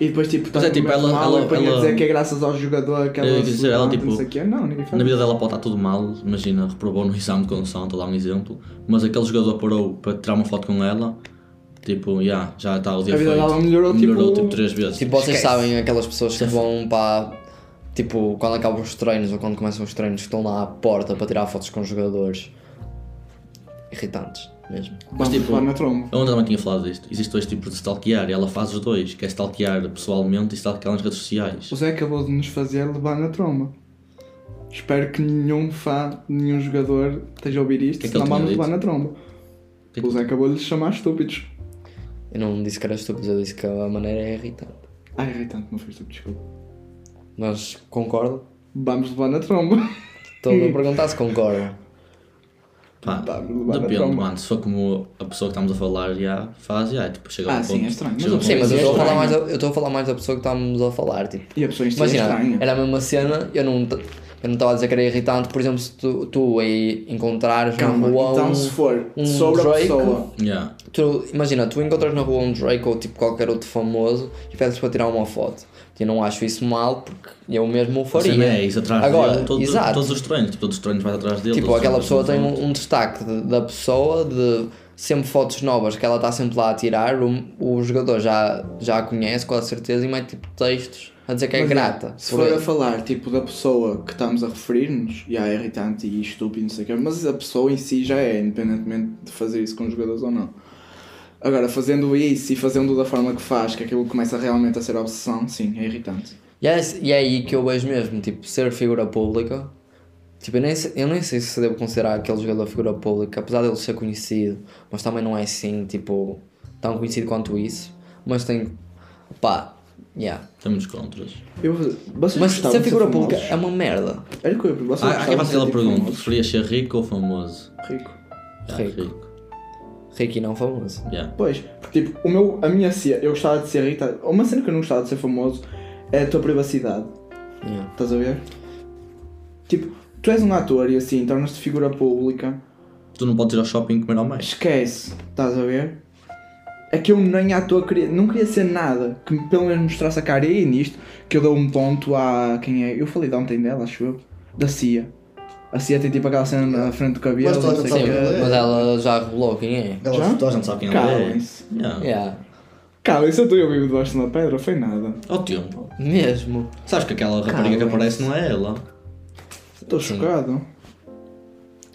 Speaker 2: E depois tipo,
Speaker 3: Mas é,
Speaker 2: tá
Speaker 3: tipo,
Speaker 2: mesmo
Speaker 3: ela-
Speaker 2: mal,
Speaker 3: ela-
Speaker 2: e põe a
Speaker 3: ela-
Speaker 2: dizer que é graças ao jogador que ela
Speaker 3: Eu ia dizer, ela,
Speaker 2: levanta,
Speaker 3: tipo,
Speaker 2: não sei o quê. Não, ninguém faz.
Speaker 3: Na vida dela pode estar tudo mal, imagina, reprovou no exame de condução, estou a dar um exemplo, mas aquele jogador parou para tirar uma foto com ela, tipo, yeah, já está o dia
Speaker 2: A vida
Speaker 3: feito.
Speaker 2: dela melhorou, tipo-
Speaker 3: Melhorou tipo três vezes.
Speaker 1: Tipo, vocês
Speaker 2: Esquece.
Speaker 1: sabem aquelas pessoas que vão para. Tipo, quando acabam os treinos ou quando começam os treinos, que estão lá à porta para tirar fotos com os jogadores. Irritantes, mesmo.
Speaker 2: Vamos
Speaker 3: tipo-
Speaker 2: levar na tromba.
Speaker 3: Eu ontem também tinha falado disto. Existem dois tipos de stalkear e ela faz os dois, que é stalkear pessoalmente e stalkear nas redes sociais.
Speaker 2: O Zé acabou de nos fazer levar na tromba. Espero que nenhum fã, nenhum jogador esteja a ouvir isto,
Speaker 3: Que é que
Speaker 2: senão
Speaker 3: ele
Speaker 2: vamos
Speaker 3: tinha
Speaker 2: levar na tromba.
Speaker 3: Que é que-
Speaker 2: O Zé acabou de lhes chamar estúpidos.
Speaker 1: Eu não disse que era estúpido, eu disse que a maneira é irritante.
Speaker 2: Ai, irritante, não foi estúpido, desculpa.
Speaker 1: Mas concordo.
Speaker 2: Vamos levar na tromba.
Speaker 1: Estou
Speaker 2: Hum.
Speaker 1: a perguntar se concordo.
Speaker 3: Pá,
Speaker 2: Tá, levar na
Speaker 3: depende,
Speaker 2: tromba.
Speaker 3: mano. Se for como a pessoa que estamos a falar, já faz, já, tipo, chega a
Speaker 2: Ah,
Speaker 3: um
Speaker 2: sim,
Speaker 3: ponto.
Speaker 2: é estranho, mas
Speaker 3: chega a um
Speaker 2: eu
Speaker 1: Sim,
Speaker 2: Sim,
Speaker 1: mas
Speaker 3: ponto-
Speaker 1: eu
Speaker 2: é
Speaker 1: estou a falar
Speaker 2: estranho.
Speaker 1: mais da, eu estou a falar mais da pessoa que estávamos a falar. Tipo,
Speaker 2: E a pessoa isto é
Speaker 1: imagina,
Speaker 2: estranha.
Speaker 1: era a mesma cena, eu não t- eu não estava a dizer que era irritante, por exemplo, se tu, tu aí encontrares na
Speaker 2: Calma,
Speaker 1: rua
Speaker 2: então
Speaker 1: um-
Speaker 2: se for
Speaker 1: um
Speaker 2: sobre
Speaker 1: Drake-
Speaker 2: a pessoa.
Speaker 3: "Oh, Yeah.
Speaker 1: Tu, imagina, tu encontras na rua um Drake ou tipo qualquer outro famoso e pedes para tirar uma foto. Eu não acho isso mal porque eu mesmo o
Speaker 3: Assim,
Speaker 1: faria.
Speaker 3: é isso, atrás
Speaker 1: Agora,
Speaker 3: dele, todo-
Speaker 1: exato.
Speaker 3: todos os treinos, tipo, todos os treinos vais atrás dele.
Speaker 1: tipo,
Speaker 3: todos os
Speaker 1: aquela pessoa
Speaker 3: treinos
Speaker 1: tem
Speaker 3: vais
Speaker 1: um, um destaque de- da pessoa, de sempre fotos novas que ela está sempre lá a tirar, o, o jogador já, já a conhece com a certeza e mete tipo textos a dizer que é
Speaker 2: Mas,
Speaker 1: grata.
Speaker 2: Se
Speaker 1: por
Speaker 2: for a
Speaker 1: ele.
Speaker 2: falar tipo da pessoa que estamos a referir-nos, já é irritante e estúpido, não sei o quê, mas a pessoa em si já é, independentemente de fazer isso com os jogadores ou não. Agora, fazendo isso e fazendo da forma que faz, que é aquilo começa realmente a ser obsessão, sim, é irritante.
Speaker 1: E é, esse- e é aí que eu vejo mesmo, tipo, ser figura pública. Tipo, eu nem, sei, eu nem sei se devo considerar aquele jogador figura pública, apesar dele ser conhecido, mas também não é assim, tipo, tão conhecido quanto isso. Mas tem. pá, yeah.
Speaker 3: juntos. Temos contras.
Speaker 2: Eu, vocês
Speaker 1: Mas
Speaker 2: gostavam
Speaker 1: ser
Speaker 2: de
Speaker 1: figura
Speaker 2: famosos?
Speaker 1: pública é uma merda.
Speaker 2: Era o que eu ia perguntar, vocês
Speaker 3: Há, há
Speaker 2: gostavam
Speaker 3: quem faz
Speaker 2: de ser,
Speaker 3: aquela
Speaker 2: tipo,
Speaker 3: ah, pergunta:
Speaker 2: famosos?
Speaker 3: preferias ser rico ou famoso?
Speaker 2: Rico.
Speaker 3: Ah,
Speaker 1: Rico. Rico e não é famoso.
Speaker 3: Yeah.
Speaker 2: Pois, porque, tipo, o meu, a minha cena, eu gostava de ser irritado. Uma cena que eu não gostava de ser famoso é a tua privacidade.
Speaker 1: Yeah.
Speaker 2: Estás a ver? Tipo, tu és um ator e assim, tornas-te figura pública.
Speaker 3: Tu não podes ir ao shopping comer ao mais.
Speaker 2: Esquece, estás a ver? É que eu nem à toa queria, não queria ser nada que me- pelo menos mostrasse a cara e aí nisto que eu dou um ponto a quem é. Eu falei de ontem dela, acho eu. Da CIA. A CIA tem tipo aquela cena na frente do cabelo,
Speaker 3: Mas toda
Speaker 2: não
Speaker 3: a
Speaker 2: sei o
Speaker 3: gente
Speaker 2: quê.
Speaker 3: sabe.
Speaker 1: Mas ela já revelou quem é.
Speaker 2: Já?
Speaker 3: Toda a gente sabe quem ele é.
Speaker 2: Calem-se.
Speaker 3: Yeah.
Speaker 1: Yeah.
Speaker 2: Calem-se, eu estou eu vivo debaixo de uma pedra, foi nada.
Speaker 3: Ao tempo.
Speaker 1: Mesmo.
Speaker 3: Sabes que aquela rapariga que
Speaker 1: Calem-se.
Speaker 3: aparece não é ela.
Speaker 2: Estou chocado.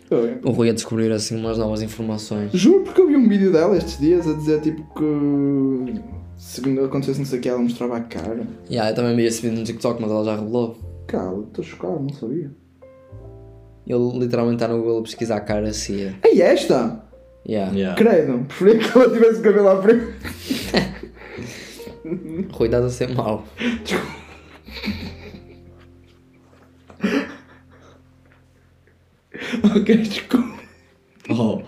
Speaker 2: Eu-
Speaker 1: O Rui a descobrir assim umas novas informações.
Speaker 2: Juro porque eu vi um vídeo dela estes dias a dizer tipo que se acontecesse não sei o que ela mostrava a cara.
Speaker 1: Yeah, eu também vi esse vídeo no TikTok, mas ela já revelou.
Speaker 2: Cala, estou chocado, não sabia.
Speaker 1: Ele literalmente está no Google a pesquisar a cara assim.
Speaker 2: É esta!
Speaker 1: Yeah.
Speaker 3: Yeah.
Speaker 2: Credo, preferia que ela tivesse o cabelo à frente.
Speaker 1: Rui estás a ser mau.
Speaker 2: ok, desculpa.
Speaker 3: Oh.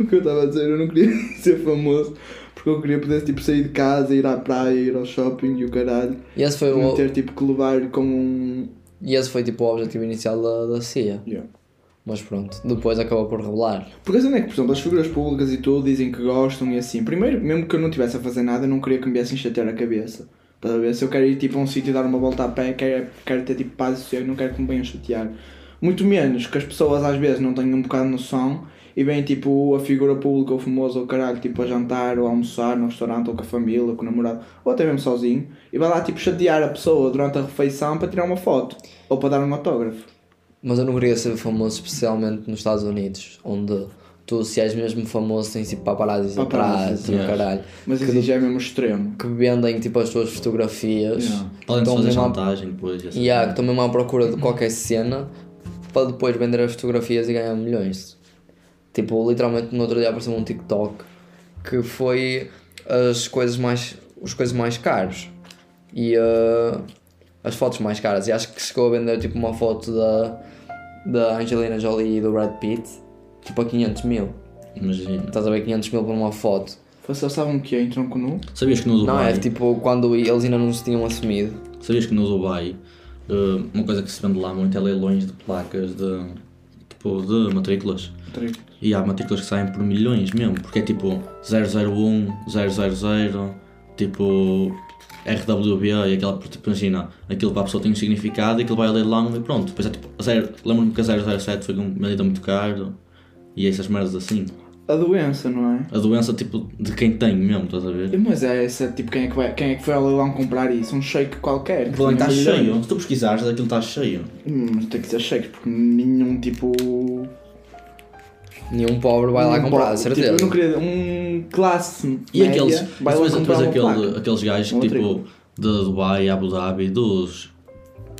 Speaker 2: O que eu estava a dizer, eu não queria ser famoso porque eu queria poder tipo, sair de casa, ir à praia, ir ao shopping e o caralho.
Speaker 1: E esse foi
Speaker 2: Não
Speaker 1: o,
Speaker 2: ter tipo que levar com um.
Speaker 1: E esse foi tipo o objetivo inicial da, da CIA.
Speaker 2: Yeah.
Speaker 1: Mas pronto, depois acabou por revelar.
Speaker 2: Porque a cena é que, por exemplo, as figuras públicas e tudo dizem que gostam e assim. Primeiro, mesmo que eu não estivesse a fazer nada, eu não queria que me viessem chatear a cabeça. Estás a ver? Se eu quero ir tipo a um sítio e dar uma volta a pé, quero, quero ter tipo paz e sossego, não quero que me venham chatear. Muito menos que as pessoas às vezes não têm um bocado de noção e vem tipo a figura pública ou famosa ou caralho, tipo a jantar ou a almoçar no restaurante ou com a família, ou com o namorado, ou até mesmo sozinho, e vai lá tipo chatear a pessoa durante a refeição para tirar uma foto ou para dar um autógrafo.
Speaker 1: Mas eu não queria ser famoso, especialmente nos Estados Unidos, onde tu, se és mesmo famoso, tens tipo paparazzi atrás,
Speaker 2: Paparazzi,
Speaker 1: tipo
Speaker 3: yes.
Speaker 1: caralho,
Speaker 2: Mas
Speaker 1: Que
Speaker 2: isso já é mesmo extremo.
Speaker 1: que vendem tipo as tuas fotografias.
Speaker 2: Yeah.
Speaker 3: Além de
Speaker 1: Então,
Speaker 3: fazer
Speaker 1: mesmo à-
Speaker 3: chantagem depois. e assim.
Speaker 1: E há que estão mesmo à procura de qualquer cena para depois vender as fotografias e ganhar milhões. Tipo, literalmente no outro dia apareceu um TikTok que foi as coisas mais. os coisas mais caros. E ah, as fotos mais caras. E acho que chegou a vender tipo uma foto da, da Angelina Jolie e do Brad Pitt, tipo a 500 mil.
Speaker 3: Imagina.
Speaker 1: Estás a ver 500 mil por uma foto.
Speaker 2: Vocês sabem o que é em tronco nu?
Speaker 3: Sabias que no
Speaker 1: Não,
Speaker 3: Dubai.
Speaker 1: é tipo quando eles ainda não se tinham assumido.
Speaker 3: Sabias que no Dubai eh, uma coisa que se vende lá muito é leilões de placas de. tipo, de matrículas.
Speaker 2: Trigo.
Speaker 3: E há matrículas que saem por milhões mesmo, porque é tipo 001, 000, tipo RWB e aquela, tipo, imagina, aquilo para a pessoa tem um significado e aquilo vai ao leilão e pronto. Depois é tipo, zero- lembro-me que a 007 foi um, uma medida muito caro e essas merdas assim.
Speaker 2: A doença, não é?
Speaker 3: A doença tipo de quem tem mesmo, estás a ver?
Speaker 2: Mas é essa, tipo, quem é que, vai, quem é que foi ao leilão comprar isso? Um shake qualquer.
Speaker 3: É O leilão está
Speaker 2: Milhões.
Speaker 3: cheio, se tu pesquisares aquilo está cheio.
Speaker 2: Hum, tem que ser shakes, porque nenhum tipo.
Speaker 1: Nenhum pobre vai lá
Speaker 2: um
Speaker 1: comprar,
Speaker 2: bo-
Speaker 1: certeza.
Speaker 2: Tipo, eu não queria. Um classe.
Speaker 3: E
Speaker 2: média
Speaker 3: aqueles,
Speaker 2: Vai lá
Speaker 3: depois,
Speaker 2: comprar
Speaker 3: depois
Speaker 2: uma
Speaker 3: aquele,
Speaker 2: placa.
Speaker 3: aqueles gajos
Speaker 2: Uma
Speaker 3: que tipo de Dubai, Abu Dhabi, dos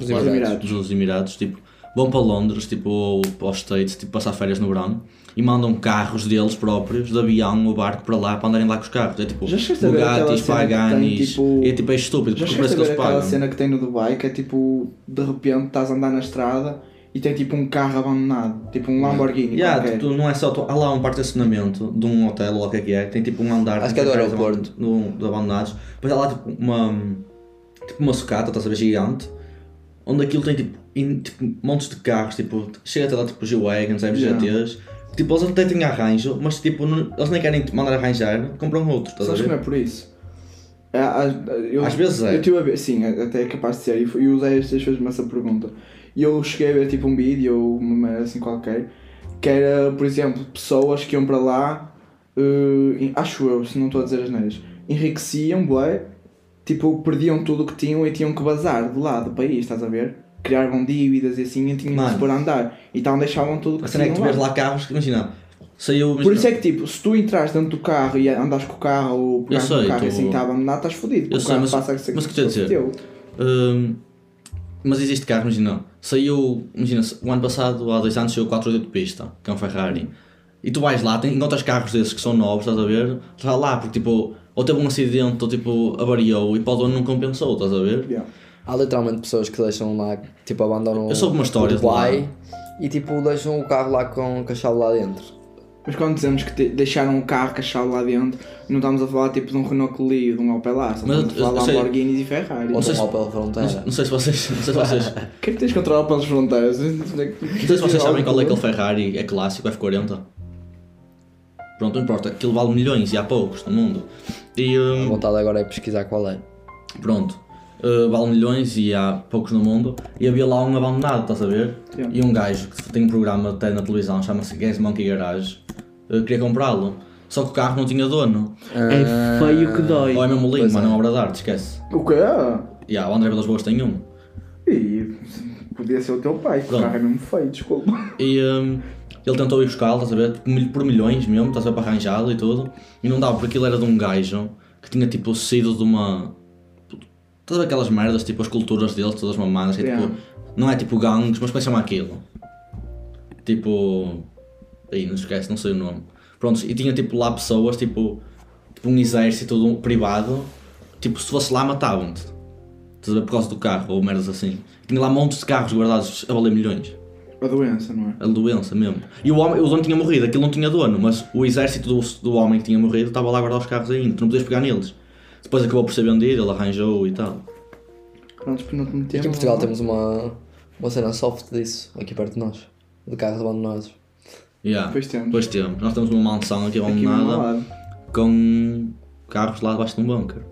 Speaker 1: Os
Speaker 2: Claro.
Speaker 1: Emirados.
Speaker 2: Emirados.
Speaker 3: dos Emirados, tipo, vão para Londres, tipo, ou para os States, tipo, passar férias no verão, e mandam carros deles próprios, de avião ou barco para lá, para andarem lá com os carros. É tipo,
Speaker 2: Já chegaste a ver aquela
Speaker 3: Bugattis,
Speaker 2: cena que tem,
Speaker 3: Paganis,
Speaker 2: tipo-
Speaker 3: é tipo, é estúpido,
Speaker 2: Já
Speaker 3: porque o preço
Speaker 2: chegaste
Speaker 3: que
Speaker 2: a ver
Speaker 3: eles
Speaker 2: aquela
Speaker 3: pagam.
Speaker 2: cena que tem no Dubai que é tipo. De repente estás a andar na estrada e tem tipo um carro abandonado. Tipo um Lamborghini.
Speaker 3: Yeah,
Speaker 2: qualquer.
Speaker 3: tipo, não é só, tu, há lá um parque de estacionamento de um hotel ou lá o que é que é, que tem tipo um andar
Speaker 1: Acho que é do
Speaker 3: de carros
Speaker 1: aeroporto.
Speaker 3: aban- do- de abandonados, depois há lá tipo uma, tipo uma sucata, estás a ver, gigante, onde aquilo tem tipo, in- tipo, montes de carros, tipo, chega até lá tipo G-Wagons,
Speaker 2: Yeah.
Speaker 3: MGTs, tipo, eles até têm arranjo, mas tipo, não- eles nem querem te mandar arranjar, compram outro, estás a
Speaker 2: Sabes que não
Speaker 3: ver?
Speaker 2: é por isso? É, às- eu-
Speaker 3: Às vezes é.
Speaker 2: Eu tive a ver, sim, até é capaz de ser. E fui- eu usei estas vezes-me essa pergunta. E eu cheguei a ver tipo um vídeo ou uma merda assim qualquer, que era, por exemplo, pessoas que iam para lá, eh, em- acho eu, se não estou a dizer as neiras, enriqueciam, bué, tipo, perdiam tudo o que tinham e tinham que bazar de lá do país, estás a ver? Criaram dívidas e assim e tinham que se
Speaker 3: Mano.
Speaker 2: pôr a andar. Então deixavam tudo o
Speaker 3: A
Speaker 2: que
Speaker 3: cena é que tu
Speaker 2: tinham
Speaker 3: vês lá carros, que, imagina, saiu...
Speaker 2: por isso é que tipo, se tu entras dentro do carro e andas com o carro ou pegares
Speaker 3: Eu sei,
Speaker 2: no carro e
Speaker 3: tu-
Speaker 2: assim está abandonado, estás fodido. porque
Speaker 3: Eu
Speaker 2: o
Speaker 3: sei,
Speaker 2: carro
Speaker 3: mas-
Speaker 2: passa a ser
Speaker 3: mas o que eu estou a
Speaker 2: teu.
Speaker 3: Hum, mas existe carro, imagina, saiu, imagina, o ano passado, há dois anos, saiu o 488 de pista, que é um Ferrari. E tu vais lá, tem, encontras carros desses que são novos, estás a ver? Está lá, porque tipo, ou teve um acidente, ou tipo, avariou e para o dono não compensou, estás a ver?
Speaker 2: Yeah.
Speaker 1: Há literalmente pessoas que deixam lá, tipo, abandonam
Speaker 3: Eu soube uma história
Speaker 1: o
Speaker 3: de
Speaker 1: Dubai e tipo deixam o carro lá com com a chave lá dentro.
Speaker 2: Mas quando dizemos que te- deixaram o carro cachado lá dentro, não estamos a falar tipo de um Renault Clio, de um Opel Astra,
Speaker 3: Mas
Speaker 2: estamos a
Speaker 3: eu- eu
Speaker 2: falar de
Speaker 3: sei-
Speaker 2: Lamborghinis e Ferrari.
Speaker 1: Ou
Speaker 2: O
Speaker 1: seão
Speaker 3: sei se-
Speaker 1: lá pela fronteira.
Speaker 3: Não sei se vocês, não sei se vocês,
Speaker 2: que é que tens contra Opel fronteiras?
Speaker 3: não sei se vocês sabem qual é aquele Ferrari, é clássico, F40. Pronto, não importa, aquilo vale milhões e há poucos no mundo. E, hum,
Speaker 1: A vontade agora é pesquisar qual é.
Speaker 3: Pronto. Uh, vale milhões e há poucos no mundo. E havia lá um abandonado, estás a ver?
Speaker 2: Yeah.
Speaker 3: E um gajo que tem um programa até na televisão, chama-se Gas Monkey Garage, uh, queria comprá-lo. Só que o carro não tinha dono.
Speaker 1: Ah,
Speaker 2: feio que dói.
Speaker 3: Ou é mesmo lindo,
Speaker 1: Pois
Speaker 3: mas
Speaker 1: é.
Speaker 3: não é obra de arte, esquece.
Speaker 2: O quê?
Speaker 3: E yeah, o André Velas Boas tem um.
Speaker 2: Ih, podia ser o teu pai, que o
Speaker 3: Não.
Speaker 2: carro é mesmo feio, desculpa.
Speaker 3: E um, ele tentou ir buscá-lo, estás a ver? Por mil- Por milhões mesmo, estás a ver? Para arranjá-lo e tudo. E não dava, porque aquilo era de um gajo que tinha tipo sido de uma. Estás a ver aquelas merdas, tipo as culturas deles, todas mamadas, que é,
Speaker 2: Yeah.
Speaker 3: tipo. Não é tipo gangues, mas como é que se chama aquilo? Tipo. Aí, não esquece, não sei o nome. Prontos, e tinha tipo lá pessoas, tipo. Tipo um exército de um- privado, tipo se fosse lá matavam-te. Estás a ver? Por causa do carro ou merdas assim. Tinha lá montes de carros guardados a valer milhões.
Speaker 2: A doença, não é?
Speaker 3: A doença mesmo. E o, homem, o dono tinha morrido, aquilo não tinha dono, mas o exército do, do homem que tinha morrido estava lá a guardar os carros ainda, tu não podias pegar neles. Depois acabou por ser vendido, ele arranjou e tal.
Speaker 2: Pronto, por não te meter.
Speaker 1: Aqui em Portugal temos uma, uma cena soft disso, aqui perto de nós. De carros abandonados.
Speaker 3: Yeah.
Speaker 2: Depois temos.
Speaker 3: Depois temos. Nós temos uma mansão aqui
Speaker 2: Aqui mesmo ao
Speaker 3: abandonada
Speaker 2: lado.
Speaker 3: com carros lá debaixo de um bunker.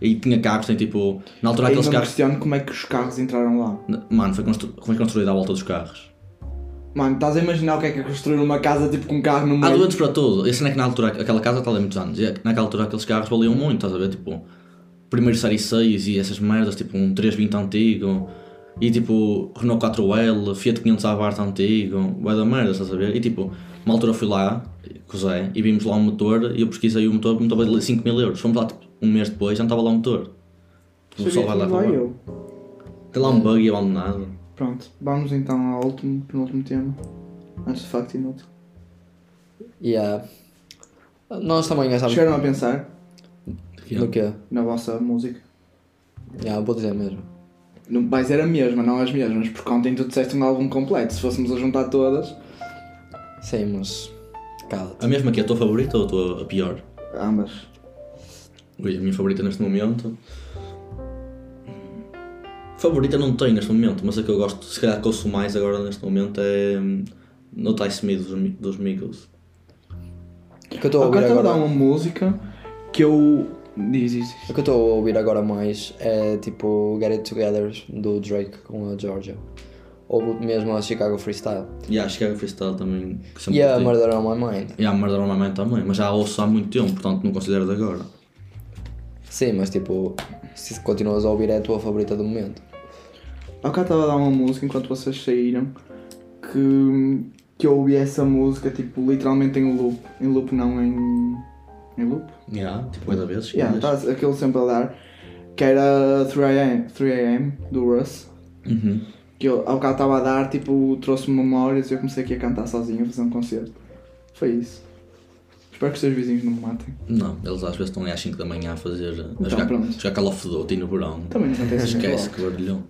Speaker 3: E tinha carros, tem tipo. Na altura
Speaker 2: Aí não
Speaker 3: aqueles
Speaker 2: me
Speaker 3: carros.
Speaker 2: questiono como é que os carros entraram lá.
Speaker 3: Mano, foi, constru... foi construído à volta dos carros.
Speaker 2: Mano, estás a imaginar o que é que é construir uma casa tipo com um carro no
Speaker 3: Há
Speaker 2: meio?
Speaker 3: doentes para tudo. Esse não é que na altura, aquela casa está ali há muitos anos. E é que naquela altura aqueles carros valiam muito, estás a ver? Tipo, primeiro série 6 e essas merdas, tipo um 320 antigo. E tipo, Renault 4L, Fiat 500 Abarth antigo, vai da merda, estás a ver? E tipo, uma altura fui lá, com o Zé, e vimos lá um motor, e eu pesquisei o motor, o motor valia 5 mil euros. Fomos lá tipo, um mês depois, já não estava lá o motor. Tipo, o
Speaker 2: Sabia
Speaker 3: pessoal
Speaker 2: que
Speaker 3: vai lá
Speaker 2: não vai
Speaker 3: roubar.
Speaker 2: eu.
Speaker 3: Tem lá um bug abandonado.
Speaker 2: Pronto, vamos então ao último, penúltimo tema. Antes de facto inútil.
Speaker 1: Yeah. Nós também gastámos.
Speaker 2: Chegaram a pensar
Speaker 1: No quê?
Speaker 2: na vossa música?
Speaker 1: Yeah, vou dizer mesmo.
Speaker 2: Não vais ser a mesma, não as mesmas, porque ontem tu disseste um álbum completo. Se fôssemos a juntar todas,
Speaker 1: Sim, mas. Cala-te.
Speaker 3: A mesma que é a tua favorita ou a tua a pior?
Speaker 2: ambas.
Speaker 3: Ui, a minha favorita neste momento. Favorita não tenho neste momento, mas a que eu gosto, se calhar que ouço mais agora neste momento é. hum, No Ty Smith dos, Mi- dos Migos.
Speaker 1: O que eu estou a
Speaker 2: Agora
Speaker 1: ouvir
Speaker 2: estava a dar
Speaker 1: agora.
Speaker 3: um-
Speaker 2: uma música que eu. Diz, diz, diz.
Speaker 1: O que eu estou a ouvir agora mais é tipo Get It Together do Drake com a Georgia. Ou mesmo a Chicago Freestyle.
Speaker 3: E acho que a Freestyle também. que sempre
Speaker 1: E a
Speaker 3: curti.
Speaker 1: Murder on My Mind.
Speaker 3: E a Murder on My Mind também, mas já a ouço há muito tempo, portanto não considero de agora.
Speaker 1: Sim, mas tipo, se continuas a ouvir é a tua favorita do momento.
Speaker 2: Agora estava a dar uma música enquanto vocês saíram que, que eu ouvi essa música tipo literalmente em loop. Em loop não em. Em loop?
Speaker 3: Yeah, tipo, cada vez.
Speaker 2: Yeah, tá, aquele sempre a dar. Que era 3am, 3am do Russ.
Speaker 1: tá.
Speaker 3: Uhum.
Speaker 2: Que eu ao bocado estava a dar, tipo, trouxe-me memórias e eu comecei aqui a cantar sozinho, a fazer um concerto. Foi isso. Espero que os seus vizinhos não me matem.
Speaker 3: Não, eles às vezes estão aí às 5 da manhã a fazer. a
Speaker 1: Então,
Speaker 3: jogar,
Speaker 2: pronto.
Speaker 3: jogar Call of Duty no verão.
Speaker 2: Também não acontece
Speaker 3: Esquece
Speaker 1: é
Speaker 2: isso.
Speaker 3: que barulhão.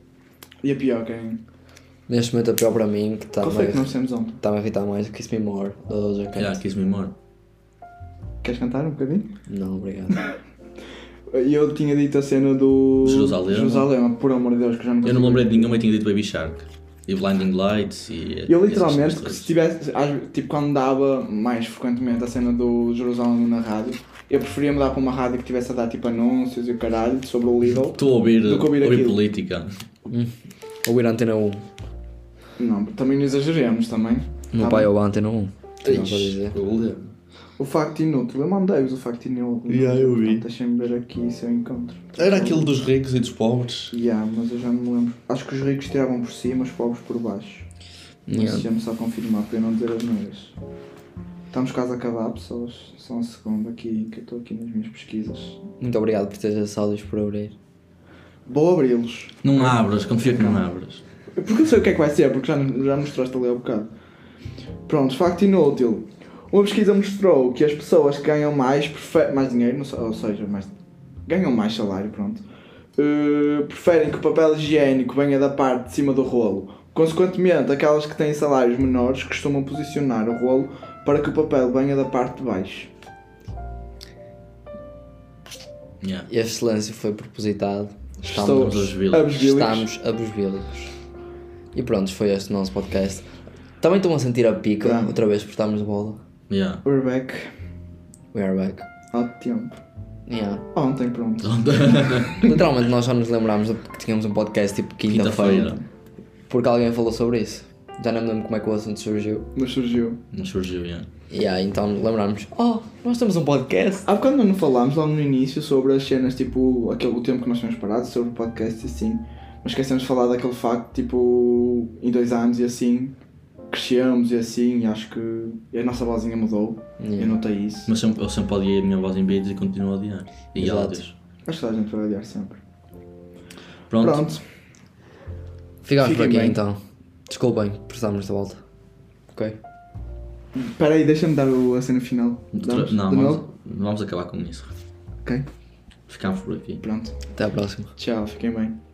Speaker 2: E a pior, quem?
Speaker 1: Neste momento a pior para mim, que está
Speaker 2: Qual foi que nós
Speaker 1: a
Speaker 2: temos ontem?
Speaker 1: tá a irritar mais, Kiss Me More, da Doja Cat.
Speaker 3: Yeah, Kiss Me More.
Speaker 2: Queres cantar um bocadinho?
Speaker 1: Não, obrigado.
Speaker 2: Eu tinha dito a cena do.
Speaker 3: Jerusalém.
Speaker 2: Jerusalém, por amor de Deus, que eu já não
Speaker 3: Eu não
Speaker 2: consigo.
Speaker 3: me lembrei de nenhuma e tinha dito Baby Shark. E Blinding Lights e.
Speaker 2: Eu
Speaker 3: e essas
Speaker 2: literalmente, que
Speaker 3: coisas.
Speaker 2: se tivesse, às- tipo quando dava mais frequentemente a cena do Jerusalém na rádio, eu preferia mudar para uma rádio que tivesse a dar tipo anúncios e o caralho sobre o Lidl.
Speaker 3: Estou a ouvir,
Speaker 2: Do que ouvir
Speaker 3: ouvir,
Speaker 2: aquilo.
Speaker 3: política.
Speaker 1: ouvir a Antena 1.
Speaker 2: Não, também não exageremos também.
Speaker 1: Meu
Speaker 2: Tá
Speaker 1: pai
Speaker 2: bem.
Speaker 1: ouve a Antena 1. Tenho nada a dizer.
Speaker 2: O facto inútil, eu mandei-vos o facto inútil.
Speaker 3: Yeah, eu vi.
Speaker 2: Portanto, Deixem-me ver aqui se eu encontro.
Speaker 3: Era aquilo dos ricos e dos pobres.
Speaker 2: Yeah, mas eu já não me lembro. Acho que os ricos tiravam por cima, os pobres por baixo. Mas
Speaker 1: Yeah.
Speaker 2: deixa-me só confirmar para eu não dizer as neiras. Estamos quase a acabar, pessoas. Só um segundo aqui que eu estou aqui nas minhas pesquisas.
Speaker 1: Muito obrigado por teres esses áudios por abrir.
Speaker 2: Vou abri-los.
Speaker 3: Não abras, confia que não abras.
Speaker 2: Porque eu sei o que é que vai ser, porque já, já mostraste ali há bocado. Pronto, facto inútil. Uma pesquisa mostrou que as pessoas que ganham mais, prefe- mais dinheiro, não sei- ou seja, mais, ganham mais salário, pronto, eh, preferem que o papel higiênico venha da parte de cima do rolo. Consequentemente, aquelas que têm salários menores costumam posicionar o rolo para que o papel venha da parte de baixo.
Speaker 3: Yeah.
Speaker 1: Este silêncio foi propositado.
Speaker 2: Estou-
Speaker 1: Estamos,
Speaker 3: abusbílicos.
Speaker 2: abusbílicos.
Speaker 1: estamos abusbílicos. E pronto, foi este o nosso podcast. Também estão a sentir a pica
Speaker 2: Tá.
Speaker 1: outra vez por estarmos de bola.
Speaker 3: Yeah.
Speaker 2: We're back.
Speaker 1: We are back.
Speaker 2: Há tempo.
Speaker 1: Yeah.
Speaker 2: Ontem, pronto.
Speaker 1: Literalmente nós só nos lembrámos de que tínhamos um podcast tipo quinta-feira.
Speaker 3: Quinta-feira.
Speaker 1: porque alguém falou sobre isso. Já não me lembro como é que o assunto surgiu.
Speaker 2: Mas surgiu.
Speaker 3: Não surgiu, yeah.
Speaker 1: E aí então lembrámos, oh, nós temos um podcast.
Speaker 2: Há bocado não falámos logo no início sobre as cenas, tipo, aquele o tempo que nós tínhamos parado, sobre o podcast e assim, mas esquecemos de falar daquele facto, tipo, em dois anos e assim, crescemos e assim, e acho que a nossa vozinha mudou, eu
Speaker 1: Yeah.
Speaker 2: notei isso.
Speaker 3: Mas sempre, eu sempre odiei a minha voz em vídeos e continuo a odiar. E
Speaker 1: Exato.
Speaker 3: áudios.
Speaker 2: Acho que toda a gente vai olhar sempre.
Speaker 3: Pronto.
Speaker 2: Pronto,
Speaker 1: Ficámos por
Speaker 2: Fiquem
Speaker 1: aqui
Speaker 2: bem.
Speaker 1: então. Desculpem por estarmos de volta. Ok?
Speaker 2: espera aí, deixa-me dar o, a cena final. Damos?
Speaker 3: Não,
Speaker 2: De
Speaker 3: vamos,
Speaker 2: novo?
Speaker 3: vamos acabar com isso.
Speaker 2: Ok,
Speaker 3: Ficamos por aqui.
Speaker 2: pronto.
Speaker 1: Até à próxima.
Speaker 2: Tchau, fiquem bem.